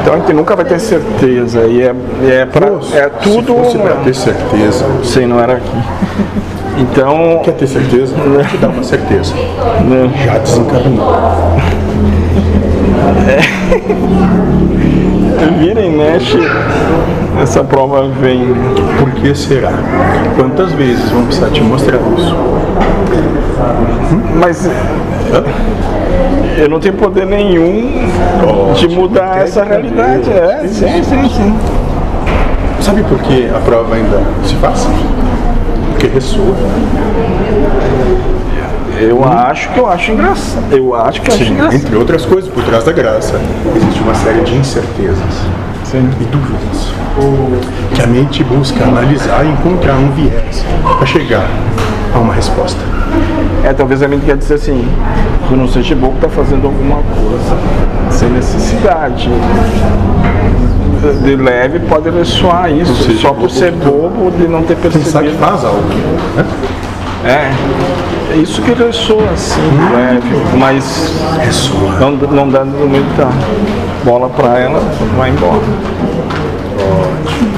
Então a gente nunca vai ter certeza. E é, e é, pra, Nossa, é tudo. Se fosse pra ter certeza. Sim, não era aqui. Então. Quer ter certeza? Vou te dar uma certeza. né, Já desencaminhou. Vira e mexe, essa prova vem. Por que será? Quantas vezes vão precisar te mostrar isso? Mas eu não tenho poder nenhum de mudar essa realidade. É, sim, sim, sim. Sabe por que a prova ainda se faz? Porque ressoa. Eu Hum? acho que eu acho engraçado. Eu acho que eu acho engraçado. Entre outras coisas, por trás da graça, existe uma série de incertezas Sim. e dúvidas que a mente busca analisar e encontrar um viés para chegar a uma resposta. É, talvez a mente quer dizer assim, tu não seja bom que tá fazendo alguma coisa sem necessidade. De leve pode ressoar isso, seja só por bobo. ser bobo de não ter Pensar que percebido. faz algo, né? É, é isso que ressoa assim, de leve, mas Ressoa. não, não dando muita bola pra ela, vai embora. Ótimo.